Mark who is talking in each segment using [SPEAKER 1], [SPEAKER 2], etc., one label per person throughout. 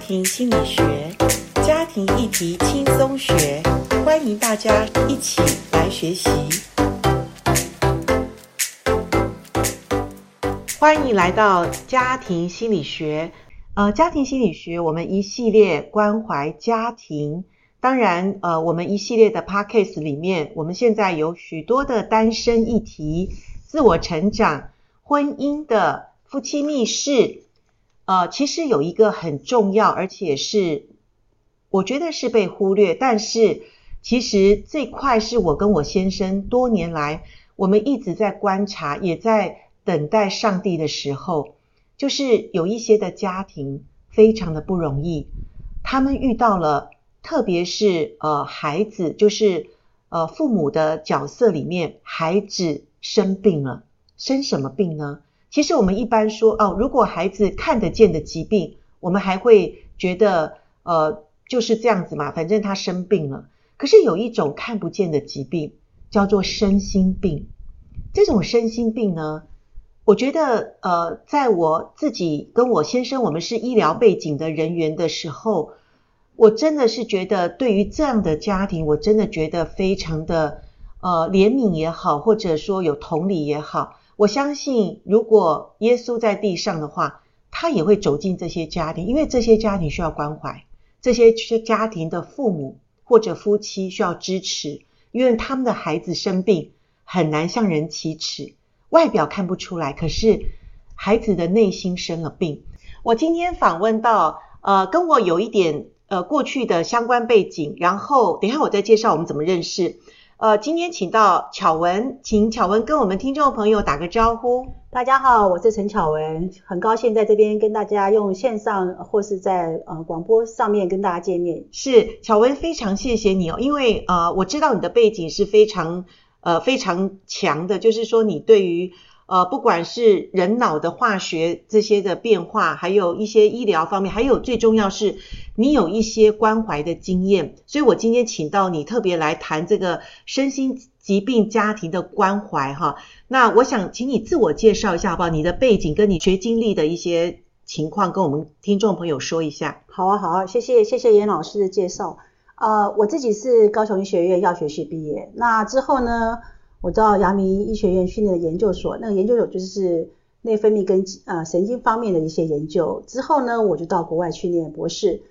[SPEAKER 1] 庭心理学，家庭议题轻松学，欢迎大家一起来学习。欢迎来到家庭心理学。呃，家庭心理学，我们一系列关怀家庭。当然，呃，我们一系列的 podcast 里面，我们现在有许多的单身议题、自我成长、婚姻的夫妻密室。呃，其实有一个很重要，而且是我觉得是被忽略，但是其实这块是我跟我先生多年来我们一直在观察，也在等待上帝的时候，就是有一些的家庭非常的不容易，他们遇到了，特别是呃孩子，就是呃父母的角色里面，孩子生病了，生什么病呢？其实我们一般说哦，如果孩子看得见的疾病，我们还会觉得呃就是这样子嘛，反正他生病了。可是有一种看不见的疾病叫做身心病，这种身心病呢，我觉得呃，在我自己跟我先生我们是医疗背景的人员的时候，我真的是觉得对于这样的家庭，我真的觉得非常的呃怜悯也好，或者说有同理也好。我相信，如果耶稣在地上的话，他也会走进这些家庭，因为这些家庭需要关怀，这些家庭的父母或者夫妻需要支持，因为他们的孩子生病很难向人启齿，外表看不出来，可是孩子的内心生了病。我今天访问到呃，跟我有一点呃过去的相关背景，然后等一下我再介绍我们怎么认识。呃，今天请到巧文，请巧文跟我们听众朋友打个招呼。
[SPEAKER 2] 大家好，我是陈巧文，很高兴在这边跟大家用线上或是在呃广播上面跟大家见面。
[SPEAKER 1] 是巧文，非常谢谢你哦，因为呃，我知道你的背景是非常呃非常强的，就是说你对于呃不管是人脑的化学这些的变化，还有一些医疗方面，还有最重要是你有一些关怀的经验，所以我今天请到你特别来谈这个身心疾病家庭的关怀哈。那我想请你自我介绍一下好不好？你的背景跟你学经历的一些情况，跟我们听众朋友说一下。
[SPEAKER 2] 好啊，好啊，谢谢谢谢严老师的介绍。呃，我自己是高雄医学院药学系毕业，那之后呢，我到阳明医学院训练的研究所，那个研究所就是内分泌跟呃神经方面的一些研究。之后呢，我就到国外去念博士。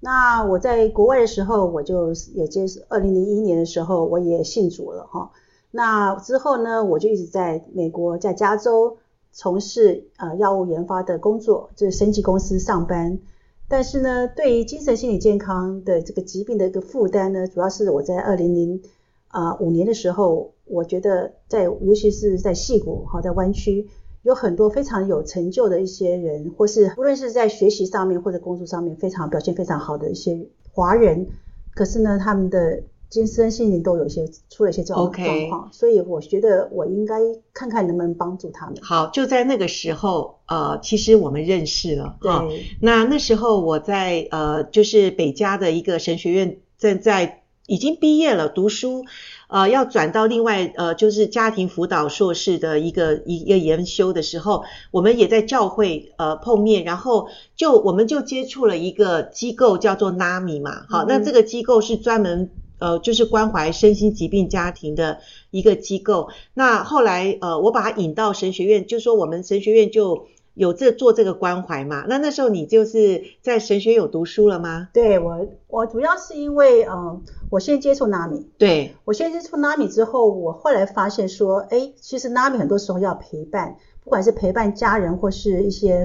[SPEAKER 2] 那我在国外的时候，我就也接二零零一年的时候，我也信主了哈。那之后呢，我就一直在美国，在加州从事呃药物研发的工作，就是生技公司上班。但是呢，对于精神心理健康的这个疾病的一个负担呢，主要是我在二零零啊五年的时候，我觉得在尤其是在戏谷哈，在湾区有很多非常有成就的一些人，或是无论是在学习上面或者工作上面非常表现非常好的一些华人，可是呢，他们的精神心理都有一些出了一些这种状
[SPEAKER 1] OK
[SPEAKER 2] 况啊所以我觉得我应该看看能不能帮助他们。
[SPEAKER 1] 好，就在那个时候，呃，其实我们认识了
[SPEAKER 2] 对，
[SPEAKER 1] 哈那那时候我在呃，就是北加的一个神学院，正在已经毕业了读书，呃，要转到另外呃，就是家庭辅导硕士的一个一一个研修的时候，我们也在教会呃碰面，然后就我们就接触了一个机构叫做 NAMI 嘛，好，
[SPEAKER 2] 嗯
[SPEAKER 1] 那这个机构是专门呃就是关怀身心疾病家庭的一个机构。那后来呃我把他引到神学院，就说我们神学院就有这做这个关怀嘛。那那时候你就是在神学有读书了吗？
[SPEAKER 2] 对我我主要是因为呃，我先接触 NAMI。
[SPEAKER 1] 对，
[SPEAKER 2] 我先接触 NAMI 之后，我后来发现说，哎，其实 NAMI 很多时候要陪伴，不管是陪伴家人或是一些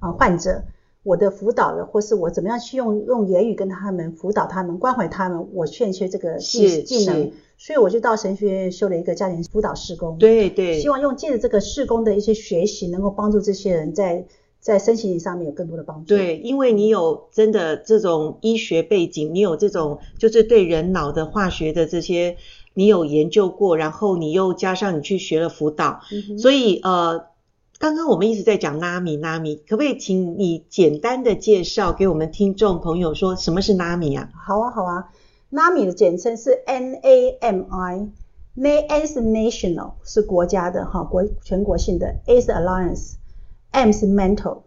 [SPEAKER 2] 呃患者，我的辅导的，或是我怎么样去用用言语跟他们辅导他们、关怀他们，我欠缺这个
[SPEAKER 1] 是
[SPEAKER 2] 技技
[SPEAKER 1] 是
[SPEAKER 2] 能，所以我就到神学院修了一个家庭辅导社工。
[SPEAKER 1] 对对
[SPEAKER 2] 希，望用借着这个社工的一些学习，能够帮助这些人在在身心灵上面有更多的帮助。
[SPEAKER 1] 对，因为你有真的这种医学背景，你有这种就是对人脑的化学的这些，你有研究过，然后你又加上你去学了辅导，
[SPEAKER 2] 嗯哼，
[SPEAKER 1] 所以呃，刚刚我们一直在讲 NAMI NAMI，可不可以请你简单的介绍给我们听众朋友说什么是 NAMI 啊？
[SPEAKER 2] 好啊，好啊。NAMI 的简称是 NAMI，N 是 National 是国家的哈，国全国性的；A 是 Alliance，M 是 Mental。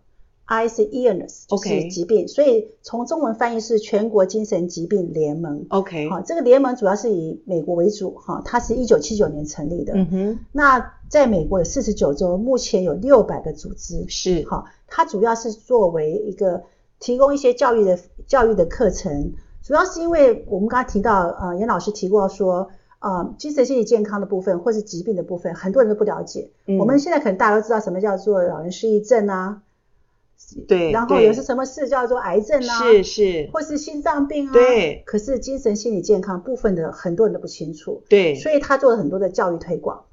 [SPEAKER 2] I 是 illness，就
[SPEAKER 1] OK
[SPEAKER 2] 是疾病所以从中文翻译是全国精神疾病联盟。
[SPEAKER 1] OK，
[SPEAKER 2] 好、这个联盟主要是以美国为主，哈、它是一九七九年成立的。
[SPEAKER 1] 嗯哼，
[SPEAKER 2] 那在美国有四十九州，目前有六百个组织。
[SPEAKER 1] 是
[SPEAKER 2] 好，它主要是作为一个提供一些教育的教育的课程，主要是因为我们刚才提到，呃，严老师提过说，呃，精神心理健康的部分或是疾病的部分，很多人都不了解。
[SPEAKER 1] 嗯
[SPEAKER 2] 我们现在可能大家都知道什么叫做老人失忆症啊，
[SPEAKER 1] 对，
[SPEAKER 2] 然后
[SPEAKER 1] 对
[SPEAKER 2] 有是什么事叫做癌症啊，
[SPEAKER 1] 是是，
[SPEAKER 2] 或是心脏病啊，
[SPEAKER 1] 对
[SPEAKER 2] 可是精神心理健康部分的很多人都不清楚，
[SPEAKER 1] 对，
[SPEAKER 2] 所以他做了很多的教育推广，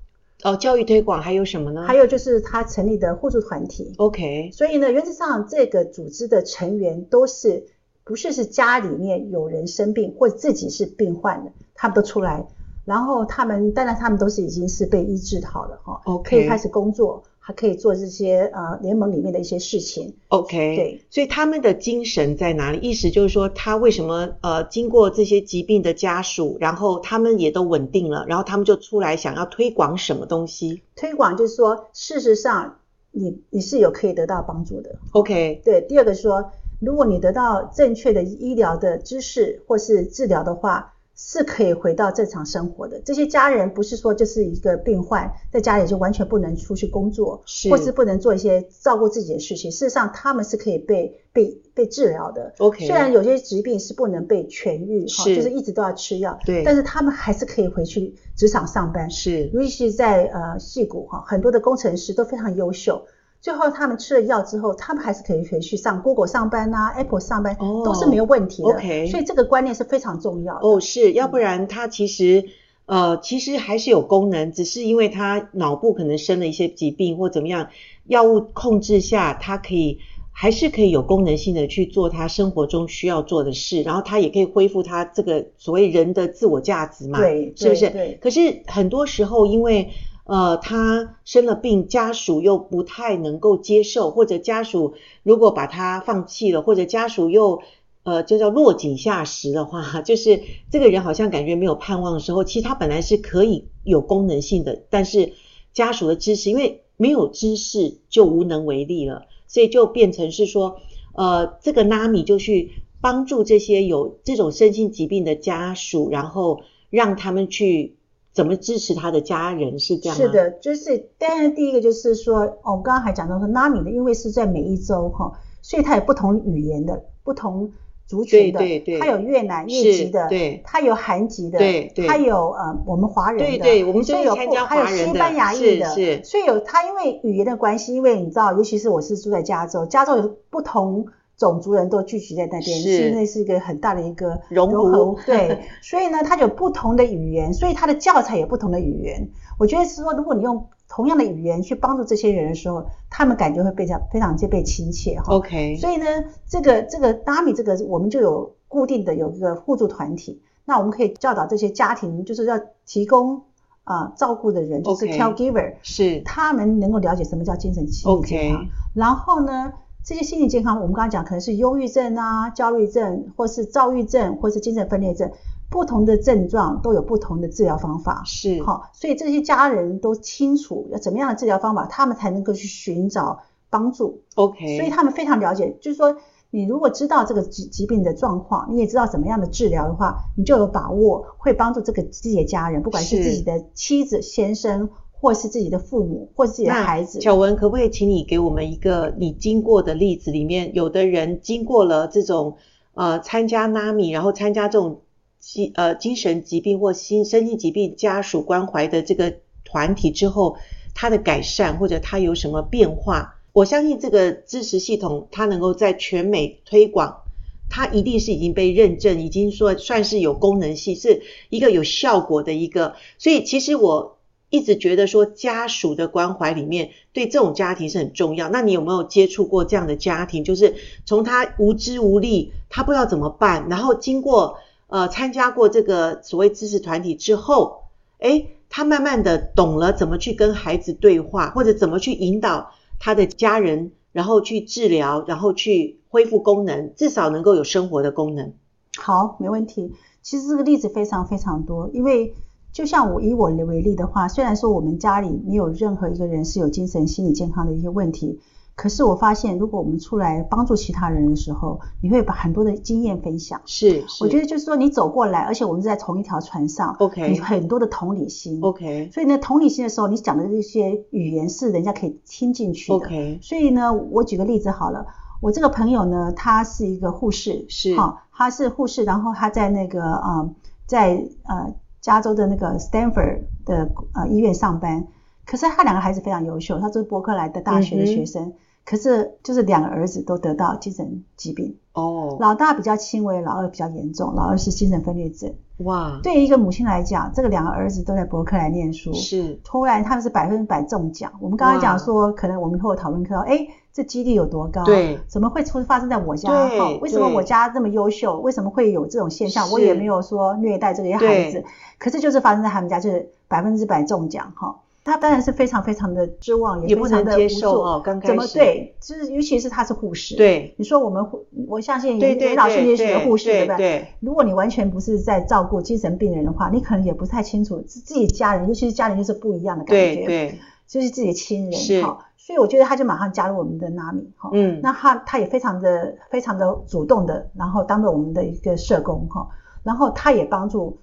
[SPEAKER 1] 哦，教育推广还有什么呢？
[SPEAKER 2] 还有就是他成立的互助团体。
[SPEAKER 1] OK，
[SPEAKER 2] 所以呢，原则上这个组织的成员都是不是是家里面有人生病或自己是病患的，他们都出来，然后他们当然他们都是已经是被医治好了哈、
[SPEAKER 1] OK
[SPEAKER 2] 可以开始工作，还可以做这些呃联盟里面的一些事情。
[SPEAKER 1] OK，
[SPEAKER 2] 对，
[SPEAKER 1] 所以他们的精神在哪里？意思就是说，他为什么呃，经过这些疾病的家属，然后他们也都稳定了，然后他们就出来想要推广什么东西
[SPEAKER 2] 推广就是说，事实上你你是有可以得到帮助的。
[SPEAKER 1] ？OK，
[SPEAKER 2] 对，第二个说，如果你得到正确的医疗的知识或是治疗的话，是可以回到正常生活的。这些家人不是说就是一个病患在家里就完全不能出去工作，
[SPEAKER 1] 是
[SPEAKER 2] 或是不能做一些照顾自己的事情。事实上，他们是可以被被被治疗的。
[SPEAKER 1] OK
[SPEAKER 2] 虽然有些疾病是不能被痊愈，哈
[SPEAKER 1] 是
[SPEAKER 2] 就是一直都要吃药，
[SPEAKER 1] 对
[SPEAKER 2] 但是他们还是可以回去职场上班，
[SPEAKER 1] 是
[SPEAKER 2] 尤其是在呃戏谷哈，很多的工程师都非常优秀。最后他们吃了药之后，他们还是可以回去上 Google 上班呐、a p p l e 上班、
[SPEAKER 1] 哦
[SPEAKER 2] 都是没有问题的。
[SPEAKER 1] OK
[SPEAKER 2] 所以这个观念是非常重要的。嗯
[SPEAKER 1] 哦，是要不然他其实呃，其实还是有功能，只是因为他脑部可能生了一些疾病或怎么样，药物控制下，他可以还是可以有功能性的去做他生活中需要做的事，然后他也可以恢复他这个所谓人的自我价值嘛，
[SPEAKER 2] 对
[SPEAKER 1] 是不是？
[SPEAKER 2] 对对
[SPEAKER 1] 可是很多时候，因为呃他生了病，家属又不太能够接受，或者家属如果把他放弃了，或者家属又呃就叫落井下石的话， 就是这个人好像感觉没有盼望的时候，其实他本来是可以有功能性的，但是家属的支持，因为没有知识就无能为力了，所以就变成是说，呃，这个拉米就去帮助这些有这种身心疾病的家属，然后让他们去怎么支持他的家人，是这样吗？
[SPEAKER 2] 是，的，就是当然第一个就是说，哦，我们刚刚还讲到说 NAMI 的，因为是在每一州哈、所以它有不同语言的、不同族群的，
[SPEAKER 1] 对对对
[SPEAKER 2] 它有越南
[SPEAKER 1] 是
[SPEAKER 2] 越籍的，
[SPEAKER 1] 对
[SPEAKER 2] 它有韩籍的，
[SPEAKER 1] 对对
[SPEAKER 2] 它有呃我们华人的，
[SPEAKER 1] 对对我们
[SPEAKER 2] 所以
[SPEAKER 1] 就是
[SPEAKER 2] 有
[SPEAKER 1] 参
[SPEAKER 2] 不
[SPEAKER 1] 加
[SPEAKER 2] 还有
[SPEAKER 1] 华人
[SPEAKER 2] 西
[SPEAKER 1] 的
[SPEAKER 2] 班牙裔的，
[SPEAKER 1] 是是
[SPEAKER 2] 所以有它因为语言的关系，因为你知道，尤其是我是住在加州，加州有不同。种族人都聚集在那边，
[SPEAKER 1] 是
[SPEAKER 2] 所以那是一个很大的一个
[SPEAKER 1] 熔炉
[SPEAKER 2] 合， 对，所以呢，它有不同的语言，所以它的教材有不同的语言，我觉得是说，如果你用同样的语言去帮助这些人的时候，他们感觉会非常非常之被亲切哈。
[SPEAKER 1] OK，
[SPEAKER 2] 所以呢，这个这个拉米这个我们就有固定的有一个互助团体，那我们可以教导这些家庭，就是要提供啊、照顾的人，就是
[SPEAKER 1] OK
[SPEAKER 2] caregiver，、
[SPEAKER 1] 是
[SPEAKER 2] 他们能够了解什么叫精神心理健
[SPEAKER 1] OK
[SPEAKER 2] 康。然后呢，这些心理健康，我们刚刚讲可能是忧郁症啊、焦虑症，或是躁郁症，或是精神分裂症，不同的症状都有不同的治疗方法。
[SPEAKER 1] 是
[SPEAKER 2] 好、所以这些家人都清楚要怎么样的治疗方法，他们才能够去寻找帮助。
[SPEAKER 1] OK，
[SPEAKER 2] 所以他们非常了解，就是说，你如果知道这个疾疾病的状况，你也知道怎么样的治疗的话，你就有把握会帮助这个自己的家人，不管是
[SPEAKER 1] 是
[SPEAKER 2] 自己的妻子、先生，或是自己的父母，或是自己的
[SPEAKER 1] 那
[SPEAKER 2] 孩子。
[SPEAKER 1] 巧文，可不可以请你给我们一个你经过的例子？里面有的人经过了这种呃参加 NAMI，然后参加这种精呃精神疾病或心身心疾病家属关怀的这个团体之后，他的改善或者他有什么变化？我相信这个支持系统它能够在全美推广，它一定是已经被认证，已经说算是有功能性，是一个有效果的一个。所以其实我一直觉得说家属的关怀里面，对这种家庭是很重要。那你有没有接触过这样的家庭？就是从他无知无力，他不知道怎么办，然后经过呃参加过这个所谓支持团体之后，诶，他慢慢的懂了怎么去跟孩子对话，或者怎么去引导他的家人，然后去治疗，然后去恢复功能，至少能够有生活的功能。
[SPEAKER 2] 好，没问题。其实这个例子非常非常多，因为就像我以我为例的话，虽然说我们家里没有任何一个人是有精神心理健康的一些问题，可是我发现，如果我们出来帮助其他人的时候，你会把很多的经验分享。
[SPEAKER 1] 是，
[SPEAKER 2] 我觉
[SPEAKER 1] 得
[SPEAKER 2] 得就是说，你走过来，而且我们是在同一条船上
[SPEAKER 1] OK
[SPEAKER 2] 你很多的同理心。
[SPEAKER 1] OK
[SPEAKER 2] 所以呢，同理心的时候，你讲的这些语言是人家可以听进去的。
[SPEAKER 1] OK
[SPEAKER 2] 所以呢，我举个例子好了，我这个朋友呢，她是一个护士，
[SPEAKER 1] 是
[SPEAKER 2] 好、她是护士，然后她在那个呃，在呃加州的那个 Stanford 的呃医院上班，可是她两个孩子非常优秀，她是伯克莱的大学
[SPEAKER 1] 嗯
[SPEAKER 2] 的学生，可是就是两个儿子都得到精神疾病，
[SPEAKER 1] 哦，
[SPEAKER 2] 老大比较轻微，老二比较严重，老二是精神分裂症。
[SPEAKER 1] 哇，
[SPEAKER 2] 对于一个母亲来讲，这个两个儿子都在伯克莱念书，
[SPEAKER 1] 是
[SPEAKER 2] 突然他们是百分百中奖。我们刚刚
[SPEAKER 1] 哇
[SPEAKER 2] 讲说，可能我们以后有讨论课，哎，这几率有多高？
[SPEAKER 1] 对，
[SPEAKER 2] 怎么会出发生在我家？
[SPEAKER 1] 对
[SPEAKER 2] 哦为什么
[SPEAKER 1] 对
[SPEAKER 2] 我家这么优秀？为什么会有这种现象？
[SPEAKER 1] 是
[SPEAKER 2] 我也没有说虐待这些孩子
[SPEAKER 1] 对，
[SPEAKER 2] 可是就是发生在他们家，就是百分之百中奖哈。他当然是非常非常的失望，
[SPEAKER 1] 也
[SPEAKER 2] 非
[SPEAKER 1] 不能
[SPEAKER 2] 常的
[SPEAKER 1] 接
[SPEAKER 2] 无
[SPEAKER 1] 受
[SPEAKER 2] 助。
[SPEAKER 1] 哦，刚开始
[SPEAKER 2] 怎么对？就是尤其是他是护士，，
[SPEAKER 1] 对
[SPEAKER 2] 你说我们护，我相信
[SPEAKER 1] 对对
[SPEAKER 2] 袁老师你
[SPEAKER 1] 对
[SPEAKER 2] 也学
[SPEAKER 1] 对
[SPEAKER 2] 护士对
[SPEAKER 1] 对
[SPEAKER 2] 不对？
[SPEAKER 1] 对
[SPEAKER 2] 如果你完全不是在照顾精神病人的话，你可能也不太清楚自自己家人，尤其是家人就是不一样的感
[SPEAKER 1] 对
[SPEAKER 2] 觉，，
[SPEAKER 1] 对，
[SPEAKER 2] 就是自己的亲人
[SPEAKER 1] 是
[SPEAKER 2] 哈。所以我觉得他就马上加入我们的 NAMI 哈、
[SPEAKER 1] 嗯，
[SPEAKER 2] 那他他也非常的非常的主动的，然后当做我们的一个社工哈、然后他也帮助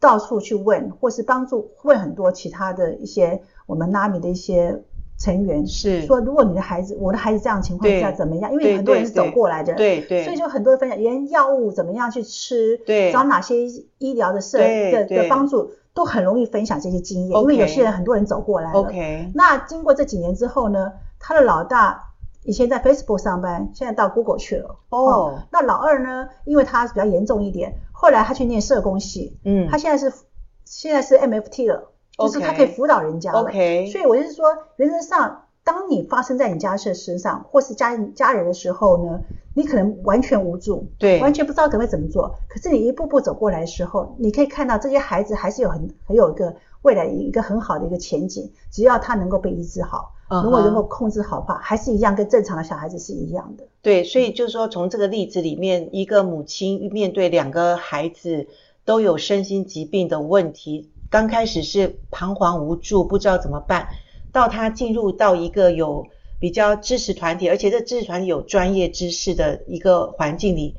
[SPEAKER 2] 到处去问，或是帮助问很多其他的一些我们 NAMI 的一些成员，
[SPEAKER 1] 是
[SPEAKER 2] 说如果你的孩子，我的孩子这样的情况
[SPEAKER 1] 对
[SPEAKER 2] 下怎么样？因
[SPEAKER 1] 对
[SPEAKER 2] 为很多人
[SPEAKER 1] 对
[SPEAKER 2] 是走
[SPEAKER 1] 对
[SPEAKER 2] 过来的，
[SPEAKER 1] 对对，
[SPEAKER 2] 所以就很多的分享，连药物怎么样去吃，
[SPEAKER 1] 对
[SPEAKER 2] 找哪些医疗的设
[SPEAKER 1] 对
[SPEAKER 2] 的
[SPEAKER 1] 对
[SPEAKER 2] 的帮助，都很容易分享这些经验
[SPEAKER 1] OK
[SPEAKER 2] 因为有些人很多人走过来了。
[SPEAKER 1] OK
[SPEAKER 2] 那经过这几年之后呢，他的老大以前在 Facebook 上班，现在到 Google 去了。
[SPEAKER 1] 哦，
[SPEAKER 2] 那老二呢，因为他比较严重一点，后来他去念社工系，
[SPEAKER 1] 嗯
[SPEAKER 2] 他现在是现在是 MFT 了，就是他
[SPEAKER 1] OK
[SPEAKER 2] 可以辅导人家了。
[SPEAKER 1] ，OK
[SPEAKER 2] 所以我就是说，原则上，当你发生在你家事身上或是家人家人的时候呢，你可能完全无助，
[SPEAKER 1] 对
[SPEAKER 2] 完全不知道该怎么做。可是你一步步走过来的时候，你可以看到这些孩子还是有很很有一个未来一个很好的一个前景，只要他能够被医治好，
[SPEAKER 1] 嗯哼
[SPEAKER 2] 如果能够控制好的话，还是一样跟正常的小孩子是一样的。
[SPEAKER 1] 对，所以就是说，从这个例子里面，一个母亲面对两个孩子都有身心疾病的问题，刚开始是彷徨无助，不知道怎么办，到她进入到一个有比较支持团体，而且这支持团体有专业知识的一个环境里，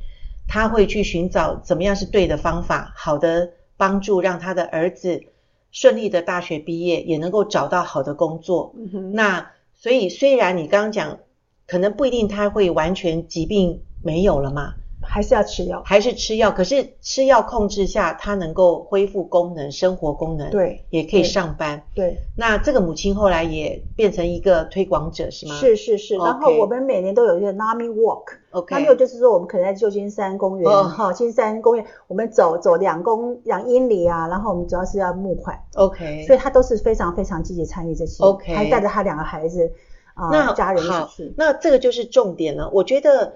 [SPEAKER 1] 她会去寻找怎么样是对的方法，好的帮助，让她的儿子顺利的大学毕业，也能够找到好的工作。
[SPEAKER 2] 嗯哼
[SPEAKER 1] 那所以虽然你刚刚讲，可能不一定他会完全疾病没有了嘛，
[SPEAKER 2] 还是要吃药。
[SPEAKER 1] 还是吃药，可是吃药控制下，他能够恢复功能、生活功能，，
[SPEAKER 2] 对
[SPEAKER 1] 也可以
[SPEAKER 2] 对
[SPEAKER 1] 上班。
[SPEAKER 2] 对，
[SPEAKER 1] 那这个母亲后来也变成一个推广者是吗？
[SPEAKER 2] 是是是。然后
[SPEAKER 1] OK
[SPEAKER 2] 我们每年都有一个 NAMI Walk。那
[SPEAKER 1] ，OK，
[SPEAKER 2] 六就是说，我们可能在旧金山公园，
[SPEAKER 1] 哦
[SPEAKER 2] 哈、金山公园，我们走走两公两英里啊，然后我们主要是要募款，
[SPEAKER 1] OK，
[SPEAKER 2] 所以他都是非常非常积极参与这些
[SPEAKER 1] OK
[SPEAKER 2] 还带着他两个孩子啊、
[SPEAKER 1] 那
[SPEAKER 2] 家人一
[SPEAKER 1] 好
[SPEAKER 2] 起去，
[SPEAKER 1] 那这个就是重点了。我觉得，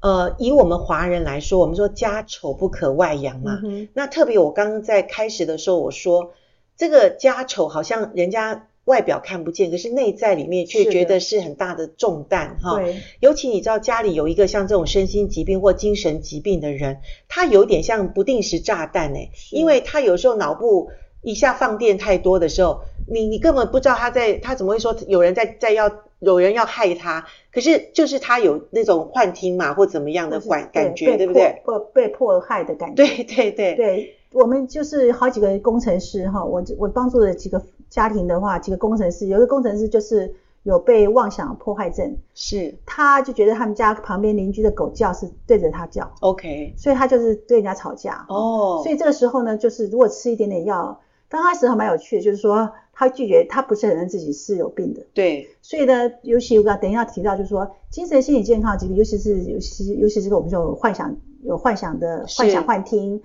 [SPEAKER 1] 呃，以我们华人来说，我们说家丑不可外扬嘛，
[SPEAKER 2] 嗯哼，
[SPEAKER 1] 那特别我刚刚在开始的时候我说，这个家丑好像人家外表看不见，可是内在里面却
[SPEAKER 2] 是的
[SPEAKER 1] 觉得是很大的重担哈。
[SPEAKER 2] 对，
[SPEAKER 1] 尤其你知道家里有一个像这种身心疾病或精神疾病的人，他有点像不定时炸弹哎、
[SPEAKER 2] 是
[SPEAKER 1] 因为他有时候脑部一下放电太多的时候，你你根本不知道他在他怎么会说有人在在要有人要害他，可是就是他有那种幻听嘛或怎么样的
[SPEAKER 2] 就是
[SPEAKER 1] 感感觉，
[SPEAKER 2] 被
[SPEAKER 1] 对不对？
[SPEAKER 2] 迫？被被迫害的感觉，
[SPEAKER 1] 对对对
[SPEAKER 2] 对，我们就是好几个工程师哈，我我帮助了几个家庭的话，几个工程师，有一个工程师就是有被妄想迫害症，
[SPEAKER 1] 是
[SPEAKER 2] 他就觉得他们家旁边邻居的狗叫是对着他叫。
[SPEAKER 1] OK。
[SPEAKER 2] 所以他就是跟人家吵架。
[SPEAKER 1] 哦，
[SPEAKER 2] 所以这个时候呢，就是如果吃一点点药，刚开始还蛮有趣的，就是说他拒绝，他不承认自己是有病的。
[SPEAKER 1] 对
[SPEAKER 2] 所以呢，尤其我刚等一下提到，就是说精神心理健康疾病，尤其是尤其是尤其是我们这种幻想有幻想的
[SPEAKER 1] 是
[SPEAKER 2] 幻想幻听，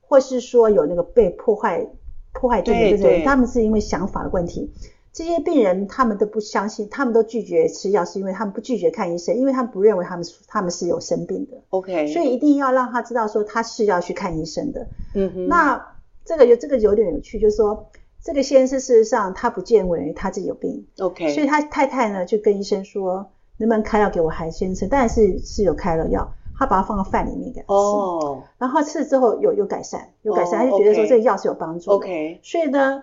[SPEAKER 2] 或是说有那个被破坏破坏症的
[SPEAKER 1] 对
[SPEAKER 2] 这种人，
[SPEAKER 1] 对
[SPEAKER 2] 他们是因为想法的问题。这些病人他们都不相信，他们都拒绝吃药，是因为他们不拒绝看医生，因为他们不认为他们是他们是有生病的。
[SPEAKER 1] ，OK，
[SPEAKER 2] 所以一定要让他知道说他是要去看医生的。
[SPEAKER 1] 嗯哼，
[SPEAKER 2] 那这个有这个有点有趣，就是说这个先生事实上他不见为他自己有病，
[SPEAKER 1] OK，
[SPEAKER 2] 所以他太太呢就跟医生说能不能开药给我孩先生，当然是是有开了药，他把它放到饭里面给他吃，
[SPEAKER 1] 哦
[SPEAKER 2] 然后吃了之后有有改善，有改善，
[SPEAKER 1] 哦
[SPEAKER 2] 他就觉得说
[SPEAKER 1] OK
[SPEAKER 2] 这个药是有帮助的。
[SPEAKER 1] ，OK，
[SPEAKER 2] 所以呢，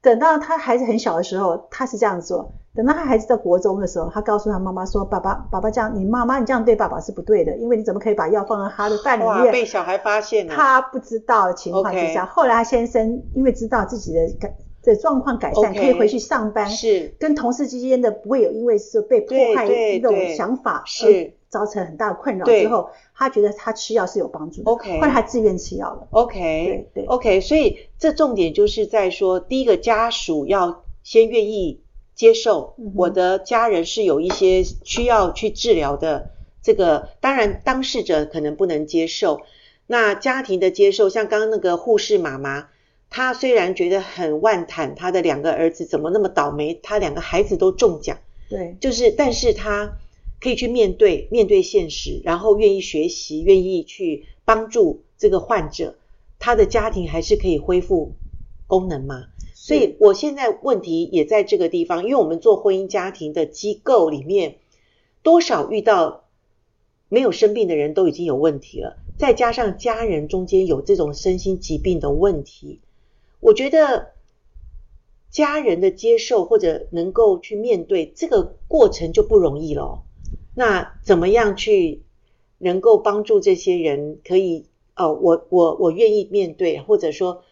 [SPEAKER 2] 等到他孩子很小的时候，他是这样做。等到他孩子到国中的时候，他告诉他妈妈说：“爸爸，爸爸这样，你妈妈你这样对爸爸是不对的，因为你怎么可以把药放到他的饭
[SPEAKER 1] 哇，
[SPEAKER 2] 里
[SPEAKER 1] 被
[SPEAKER 2] 面
[SPEAKER 1] 小孩发？”现了。
[SPEAKER 2] 他不知道的情况之下
[SPEAKER 1] OK
[SPEAKER 2] 后来他先生因为知道自己的改的状况改善
[SPEAKER 1] OK
[SPEAKER 2] 可以回去上班，
[SPEAKER 1] 是
[SPEAKER 2] 跟同事之间的不会有因为是被迫害
[SPEAKER 1] 对对
[SPEAKER 2] 这种
[SPEAKER 1] 对
[SPEAKER 2] 想法
[SPEAKER 1] 是
[SPEAKER 2] 而造成很大的困扰
[SPEAKER 1] 对
[SPEAKER 2] 之后，他觉得他吃药是有帮助的
[SPEAKER 1] OK
[SPEAKER 2] 后来他自愿吃药了。
[SPEAKER 1] OK，
[SPEAKER 2] 对对
[SPEAKER 1] o k 所以这重点就是在说，第一个家属要先愿意接受
[SPEAKER 2] 嗯哼
[SPEAKER 1] 我的家人是有一些需要去治疗的，这个当然当事者可能不能接受，那家庭的接受，像刚刚那个护士妈妈。她虽然觉得很万叹，她的两个儿子怎么那么倒霉，她两个孩子都中奖，
[SPEAKER 2] 对
[SPEAKER 1] 就是，但是他可以去面对面对现实，然后愿意学习，愿意去帮助这个患者，他的家庭还是可以恢复功能嘛？所以我现在问题也在这个地方，因为我们做婚姻家庭的机构里面，多少遇到没有生病的人都已经有问题了，再加上家人中间有这种身心疾病的问题，我觉得家人的接受或者能够去面对这个过程就不容易了。那怎么样去能够帮助这些人可以？哦，我我我愿意面对，或者说，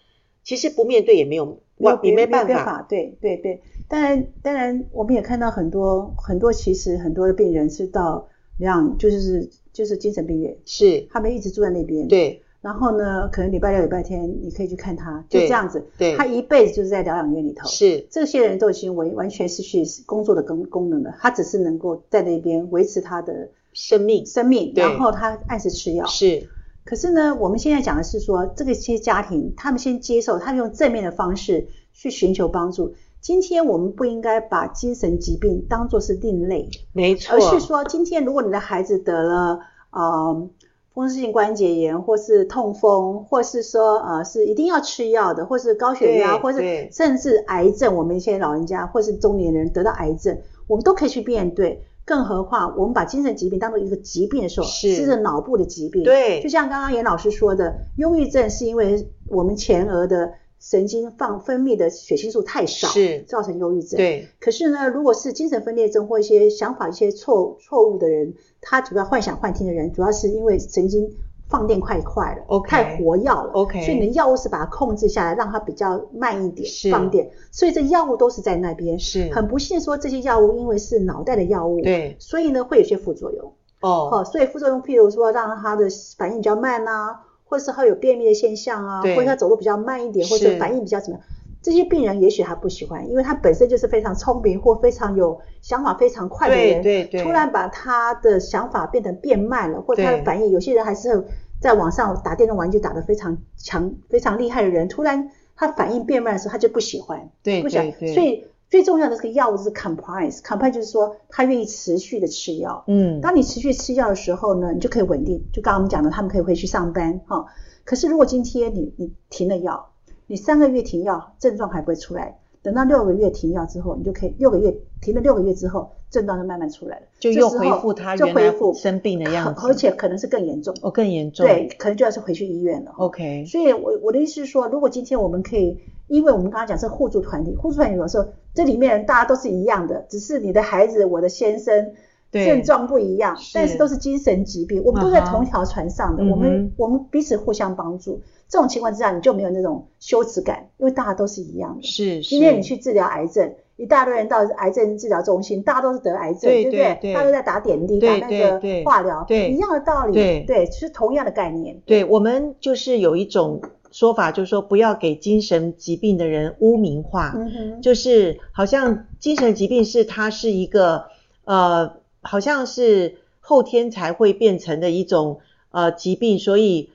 [SPEAKER 1] 其实不面对也没有，哇，也
[SPEAKER 2] 没
[SPEAKER 1] 没
[SPEAKER 2] 有
[SPEAKER 1] 办
[SPEAKER 2] 没有
[SPEAKER 1] 法，
[SPEAKER 2] 对对对。当然，当然，我们也看到很多很多，其实很多的病人是到疗养，就是就是精神病院，
[SPEAKER 1] 是
[SPEAKER 2] 他们一直住在那边。。
[SPEAKER 1] 对
[SPEAKER 2] 然后呢，可能礼拜六、礼拜天你可以去看他，就
[SPEAKER 1] 对
[SPEAKER 2] 这样子。
[SPEAKER 1] 对
[SPEAKER 2] 他一辈子就是在疗养院里头。。
[SPEAKER 1] 是
[SPEAKER 2] 这些人都已经完完全失去工作的功功能了，他只是能够在那边维持他的
[SPEAKER 1] 生命
[SPEAKER 2] 生命，
[SPEAKER 1] 对
[SPEAKER 2] 然后他按时吃药。
[SPEAKER 1] 是
[SPEAKER 2] 可是呢，我们现在讲的是说，这个些家庭他们先接受，他们用正面的方式去寻求帮助。今天我们不应该把精神疾病当作是另类，
[SPEAKER 1] 没错，
[SPEAKER 2] 而是说，今天如果你的孩子得了呃风湿性关节炎，或是痛风，或是说呃是一定要吃药的，或是高血压，
[SPEAKER 1] 对
[SPEAKER 2] 或是
[SPEAKER 1] 对
[SPEAKER 2] 甚至癌症，我们一些老人家或是中年人得到癌症，我们都可以去面对。更何况，我们把精神疾病当做一个疾病的时候，
[SPEAKER 1] 是
[SPEAKER 2] 是脑部的疾病。
[SPEAKER 1] 对
[SPEAKER 2] 就像刚刚严老师说的，忧郁症是因为我们前额的神经放分泌的血清素太少，
[SPEAKER 1] 是
[SPEAKER 2] 造成忧郁症。
[SPEAKER 1] 对
[SPEAKER 2] 可是呢，如果是精神分裂症或一些想法一些错错误的人，他主要幻想幻听的人，主要是因为神经放电快快了
[SPEAKER 1] OK
[SPEAKER 2] 太活跃了
[SPEAKER 1] OK
[SPEAKER 2] 所以你的药物是把它控制下来，让它比较慢一点
[SPEAKER 1] 是
[SPEAKER 2] 放电，所以这药物都是在那边。
[SPEAKER 1] 是
[SPEAKER 2] 很不幸说这些药物因为是脑袋的药物，，
[SPEAKER 1] 对
[SPEAKER 2] 所以呢会有些副作用。
[SPEAKER 1] 哦
[SPEAKER 2] 哦，所以副作用譬如说让他的反应比较慢啊，或是他有便秘的现象啊，
[SPEAKER 1] 对
[SPEAKER 2] 或者他走路比较慢一点，或者
[SPEAKER 1] 是
[SPEAKER 2] 反应比较怎么样。这些病人也许他不喜欢，因为他本身就是非常聪明或非常有想法非常快的
[SPEAKER 1] 对
[SPEAKER 2] 人，
[SPEAKER 1] 对对，
[SPEAKER 2] 突然把他的想法变得变慢了，或者他的
[SPEAKER 1] 对
[SPEAKER 2] 反应，有些人还是很在网上打电动玩具打得非常强、非常厉害的人，突然他反应变慢的时候，他就不喜欢，
[SPEAKER 1] 对
[SPEAKER 2] 不喜欢
[SPEAKER 1] 对。对
[SPEAKER 2] 所以最重要的这个药物是 compliance，compliance 就是说他愿意持续的吃药，
[SPEAKER 1] 嗯
[SPEAKER 2] 当你持续吃药的时候呢，你就可以稳定。就刚刚我们讲的，他们可以回去上班哈、可是如果今天你你停了药，你三个月停药，症状还不会出来。等到六个月停药之后，你就可以六个月停了六个月之后，症状就慢慢出来了，
[SPEAKER 1] 就
[SPEAKER 2] 这
[SPEAKER 1] 又
[SPEAKER 2] 时
[SPEAKER 1] 恢
[SPEAKER 2] 候
[SPEAKER 1] 复他
[SPEAKER 2] 就
[SPEAKER 1] 原
[SPEAKER 2] 恢
[SPEAKER 1] 来
[SPEAKER 2] 复
[SPEAKER 1] 生病的样
[SPEAKER 2] 可而
[SPEAKER 1] 子
[SPEAKER 2] 且可能是更严重，
[SPEAKER 1] 哦更严重
[SPEAKER 2] 对，可能就要是回去医院了。
[SPEAKER 1] OK
[SPEAKER 2] 所以我我的意思是说，如果今天我们可以，因为我们刚刚讲是互助团体，互助团体有的时候这里面人大家都是一样的，只是你的孩子、我的先生
[SPEAKER 1] 对
[SPEAKER 2] 症状不一样，
[SPEAKER 1] 是
[SPEAKER 2] 但是都是精神疾病，我们都在
[SPEAKER 1] 啊哈
[SPEAKER 2] 同一条船上
[SPEAKER 1] 嗯
[SPEAKER 2] 的，
[SPEAKER 1] 哼
[SPEAKER 2] 我们我们彼此互相帮助。这种情况之下，你就没有那种羞耻感，因为大家都是一样的。
[SPEAKER 1] 是
[SPEAKER 2] 今天你
[SPEAKER 1] 是
[SPEAKER 2] 去治疗癌症，一大堆人到癌症治疗中心，大家都是得癌症，
[SPEAKER 1] 对
[SPEAKER 2] 不
[SPEAKER 1] 对
[SPEAKER 2] 对？
[SPEAKER 1] 对
[SPEAKER 2] 大家都在打点滴、打
[SPEAKER 1] 对
[SPEAKER 2] 那
[SPEAKER 1] 对
[SPEAKER 2] 个
[SPEAKER 1] 对
[SPEAKER 2] 化疗，
[SPEAKER 1] 对
[SPEAKER 2] 一样的道理，
[SPEAKER 1] 对
[SPEAKER 2] 对，是同样的概念，
[SPEAKER 1] 对我们就是有一种说法，就是说不要给精神疾病的人污名化，
[SPEAKER 2] 嗯哼，
[SPEAKER 1] 就是好像精神疾病是它是一个呃，好像是后天才会变成的一种呃疾病，所以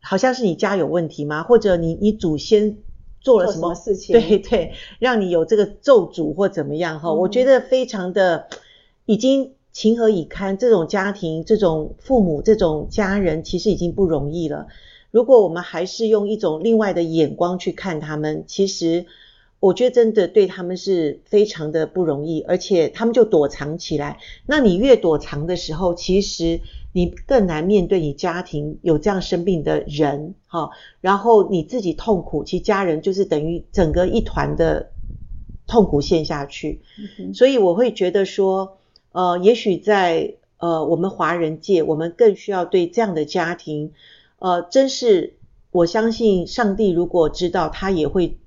[SPEAKER 1] 好像是你家有问题吗？或者你你祖先做了
[SPEAKER 2] 做
[SPEAKER 1] 什
[SPEAKER 2] 什
[SPEAKER 1] 么
[SPEAKER 2] 么事情？
[SPEAKER 1] 对对，让你有这个咒诅或怎么样哈、我觉
[SPEAKER 2] 嗯
[SPEAKER 1] 得非常的已经情何以堪，这种家庭、这种父母、这种家人其实已经不容易了。如果我们还是用一种另外的眼光去看他们，其实我觉得真的对他们是非常的不容易，而且他们就躲藏起来。那你越躲藏的时候，其实你更难面对你家庭有这样生病的人哈、然后你自己痛苦，其实家人就是等于整个一团的痛苦陷下去。
[SPEAKER 2] 嗯
[SPEAKER 1] 所以我会觉得说，呃，也许在呃我们华人界，我们更需要对这样的家庭，呃，真是我相信上帝如果知道，他也会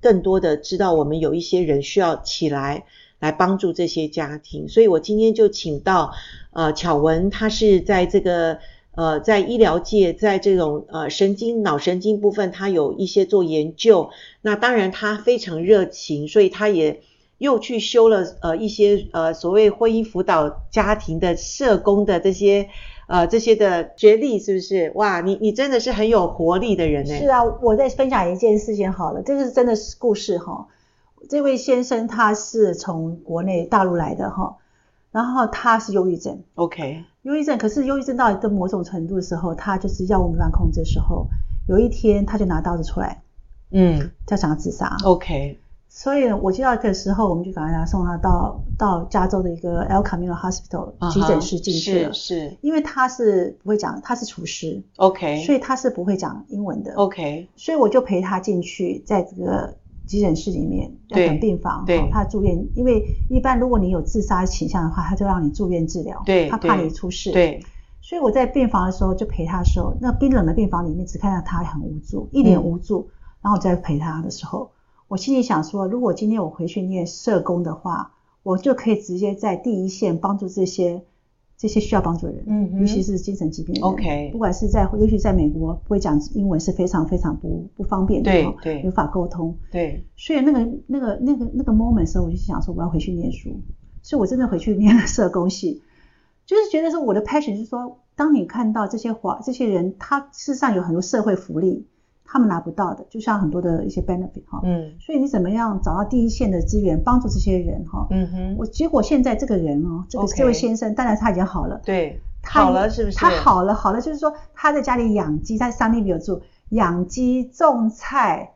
[SPEAKER 1] 更多的知道我们有一些人需要起来来帮助这些家庭。所以我今天就请到呃巧文，他是在这个。呃，在医疗界，在这种呃神经脑神经部分，他有一些做研究。那当然，他非常热情，所以他也又去修了呃一些呃所谓婚姻辅导家庭的社工的这些呃这些的学历，是不是？哇，你你真的是很有活力的人呢、
[SPEAKER 2] 是啊，我再分享一件事情好了，这个是真的是故事哈。这位先生他是从国内大陆来的哈，然后他是忧郁症，
[SPEAKER 1] OK，
[SPEAKER 2] 忧郁症，可是忧郁症到一个某种程度的时候，他就是药物没办法控制的时候，有一天他就拿刀子出来，
[SPEAKER 1] 嗯
[SPEAKER 2] 他想要自杀。
[SPEAKER 1] ，OK，
[SPEAKER 2] 所以呢，我接到这个时候，我们就赶快把他送他到到加州的一个 El Camino Hospital
[SPEAKER 1] 啊哈
[SPEAKER 2] 急诊室进去了
[SPEAKER 1] 是，是
[SPEAKER 2] 因为他是不会讲，他是厨师，
[SPEAKER 1] ，OK，
[SPEAKER 2] 所以他是不会讲英文
[SPEAKER 1] 哦
[SPEAKER 2] 的。
[SPEAKER 1] OK，
[SPEAKER 2] 所以我就陪他进去，在这个急诊室里面要
[SPEAKER 1] 对
[SPEAKER 2] 等病房，
[SPEAKER 1] 对
[SPEAKER 2] 哦怕住院，因为一般如果你有自杀倾向的话，他就让你住院治疗，
[SPEAKER 1] 对
[SPEAKER 2] 他怕
[SPEAKER 1] 对
[SPEAKER 2] 你出事，。
[SPEAKER 1] 对，
[SPEAKER 2] 所以我在病房的时候就陪他的时候，那冰冷的病房里面只看到他很无助，一脸
[SPEAKER 1] 嗯
[SPEAKER 2] 无助，然后我在陪他的时候，我心里想说，如果今天我回去念社工的话，我就可以直接在第一线帮助这些这些需要帮助的人。
[SPEAKER 1] 嗯哼
[SPEAKER 2] 尤其是精神疾病的人
[SPEAKER 1] OK
[SPEAKER 2] 不管是在尤其在美国，不会讲英文是非常非常不不方便的，
[SPEAKER 1] 对
[SPEAKER 2] 哦
[SPEAKER 1] 对
[SPEAKER 2] 无法沟通。
[SPEAKER 1] 对，
[SPEAKER 2] 所以那个那个那个那个 moment 的时候，我就想说我要回去念书，所以我真的回去念了社工系，就是觉得说我的 passion 就是说，当你看到这些华这些人，他事实上有很多社会福利，他们拿不到的，就像很多的一些 benefit 哈、
[SPEAKER 1] 嗯
[SPEAKER 2] 所以你怎么样找到第一线的资源，帮助这些人哈、
[SPEAKER 1] 嗯哼，
[SPEAKER 2] 我结果现在这个人哦，这个
[SPEAKER 1] OK
[SPEAKER 2] 这位先生，当然他已经好了，
[SPEAKER 1] 对，
[SPEAKER 2] 他
[SPEAKER 1] 好了是不是？
[SPEAKER 2] 他，好了，好了，就是说他在家里养鸡，在山里面有住，养鸡种菜。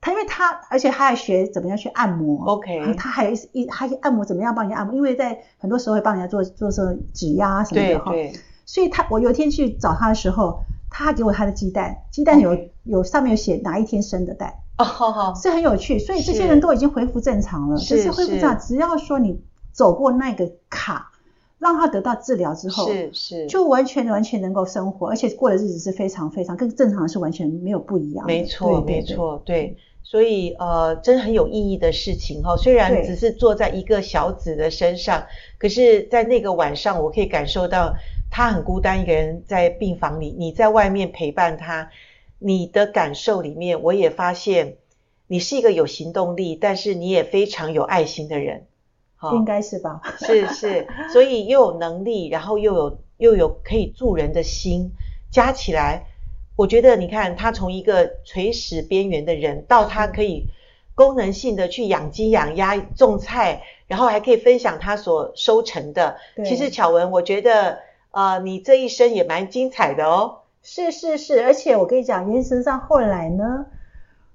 [SPEAKER 2] 他因为他，而且他还学怎么样去按摩。
[SPEAKER 1] OK
[SPEAKER 2] 然后他还有一一，他按摩怎么样帮人家按摩？因为在很多时候会帮人家做做做指压什么
[SPEAKER 1] 对
[SPEAKER 2] 的哈。
[SPEAKER 1] 对，
[SPEAKER 2] 所以他，我有一天去找他的时候，他还给我他的鸡蛋，鸡蛋有
[SPEAKER 1] OK
[SPEAKER 2] 有上面有写哪一天生的蛋，
[SPEAKER 1] 哦，好好，
[SPEAKER 2] 是很有趣。所以这些
[SPEAKER 1] 是
[SPEAKER 2] 人都已经恢复正常了，
[SPEAKER 1] 是
[SPEAKER 2] 就是恢复正常。只要说你走过那个卡，让他得到治疗之后，
[SPEAKER 1] 是是，
[SPEAKER 2] 就完全完全能够生活，而且过的日子是非常非常跟正常是完全没有不一样的。
[SPEAKER 1] 没错，
[SPEAKER 2] 对对
[SPEAKER 1] 没
[SPEAKER 2] 对
[SPEAKER 1] 错，对。所以呃，真很有意义的事情哈、虽然
[SPEAKER 2] 对
[SPEAKER 1] 只是坐在一个小子的身上，可是，在那个晚上，我可以感受到他很孤单一个人在病房里，你在外面陪伴他，你的感受里面，我也发现你是一个有行动力，但是你也非常有爱心的人。好
[SPEAKER 2] 应该是吧？
[SPEAKER 1] 是是，所以又有能力，然后又有又有可以助人的心，加起来，我觉得你看他从一个垂死边缘的人，到他可以功能性的去养鸡、养鸭、种菜，然后还可以分享他所收成的。
[SPEAKER 2] 对
[SPEAKER 1] 其实巧文，我觉得呃，你这一生也蛮精彩的哦。
[SPEAKER 2] 是是是，而且我跟你讲，原神上后来呢，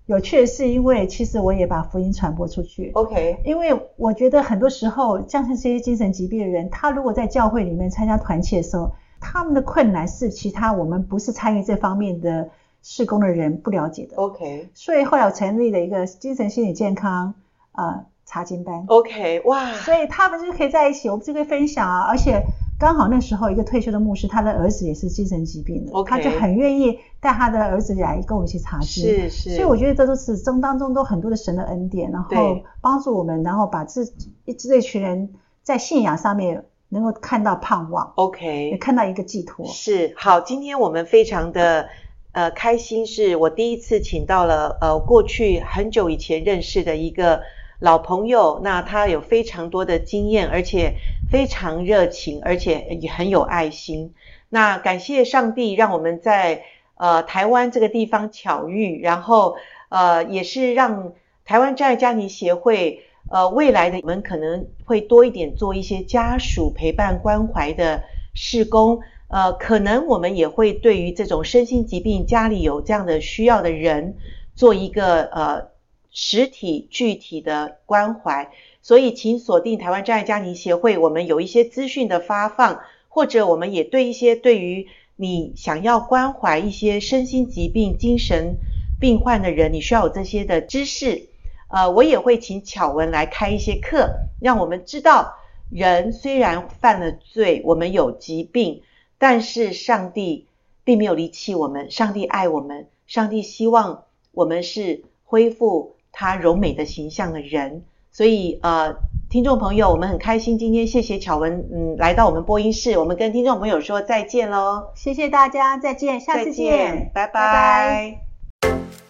[SPEAKER 2] 有趣的是，因为其实我也把福音传播出去。
[SPEAKER 1] OK，
[SPEAKER 2] 因为我觉得很多时候，像是这些精神疾病的人，他如果在教会里面参加团契的时候，他们的困难是其他我们不是参与这方面的事工的人不了解的。
[SPEAKER 1] OK。
[SPEAKER 2] 所以后来我成立了一个精神心理健康呃查经班，
[SPEAKER 1] OK，哇，
[SPEAKER 2] 所以他们就可以在一起，我们就可以分享啊。而且刚好那时候一个退休的牧师，他的儿子也是精神疾病的
[SPEAKER 1] OK
[SPEAKER 2] 他就很愿意带他的儿子来跟我们一起查经。
[SPEAKER 1] 是是，
[SPEAKER 2] 所以我觉得这都是中当中都很多的神的恩典，然后
[SPEAKER 1] 对
[SPEAKER 2] 帮助我们，然后把这一这群人在信仰上面能够看到盼望，
[SPEAKER 1] OK，
[SPEAKER 2] 也看到一个寄托。
[SPEAKER 1] 是好，今天我们非常的呃开心，是我第一次请到了呃过去很久以前认识的一个老朋友，那他有非常多的经验，而且非常热情，而且也很有爱心。那感谢上帝，让我们在呃台湾这个地方巧遇，然后呃也是让台湾真爱家庭协会。呃，未来的我们可能会多一点做一些家属陪伴关怀的事工，呃，可能我们也会对于这种身心疾病家里有这样的需要的人，做一个呃实体具体的关怀。所以，请锁定台湾障碍家庭协会，我们有一些资讯的发放，或者我们也对一些对于你想要关怀一些身心疾病、精神病患的人，你需要有这些的知识。呃，我也会请巧文来开一些课，让我们知道人虽然犯了罪，我们有疾病，但是上帝并没有离弃我们，上帝爱我们，上帝希望我们是恢复他柔美的形象的人。所以呃，听众朋友，我们很开心今天谢谢巧文，嗯，来到我们播音室，我们跟听众朋友说再见喽，
[SPEAKER 2] 谢谢大家，再见，下次
[SPEAKER 1] 再
[SPEAKER 2] 见，
[SPEAKER 1] 拜
[SPEAKER 2] 拜拜
[SPEAKER 1] 拜